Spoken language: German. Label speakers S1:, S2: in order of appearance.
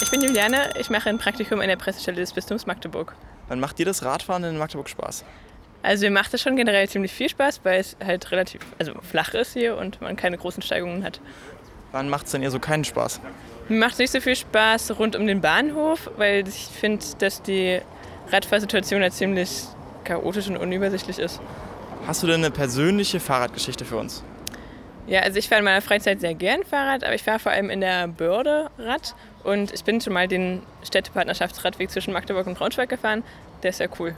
S1: Ich bin Juliane, ich mache ein Praktikum an der Pressestelle des Bistums Magdeburg.
S2: Wann macht dir das Radfahren in Magdeburg Spaß?
S1: Also mir macht das schon generell ziemlich viel Spaß, weil es halt relativ also flach ist hier und man keine großen Steigungen hat.
S2: Wann macht es denn eher so keinen Spaß?
S1: Mir macht nicht so viel Spaß rund um den Bahnhof, weil ich finde, dass die Radfahrsituation da ziemlich chaotisch und unübersichtlich ist.
S2: Hast du denn eine persönliche Fahrradgeschichte für uns?
S1: Ja, also ich fahre in meiner Freizeit sehr gern Fahrrad, aber ich fahre vor allem in der Börde Rad und ich bin schon mal den Städtepartnerschaftsradweg zwischen Magdeburg und Braunschweig gefahren. Der ist sehr cool.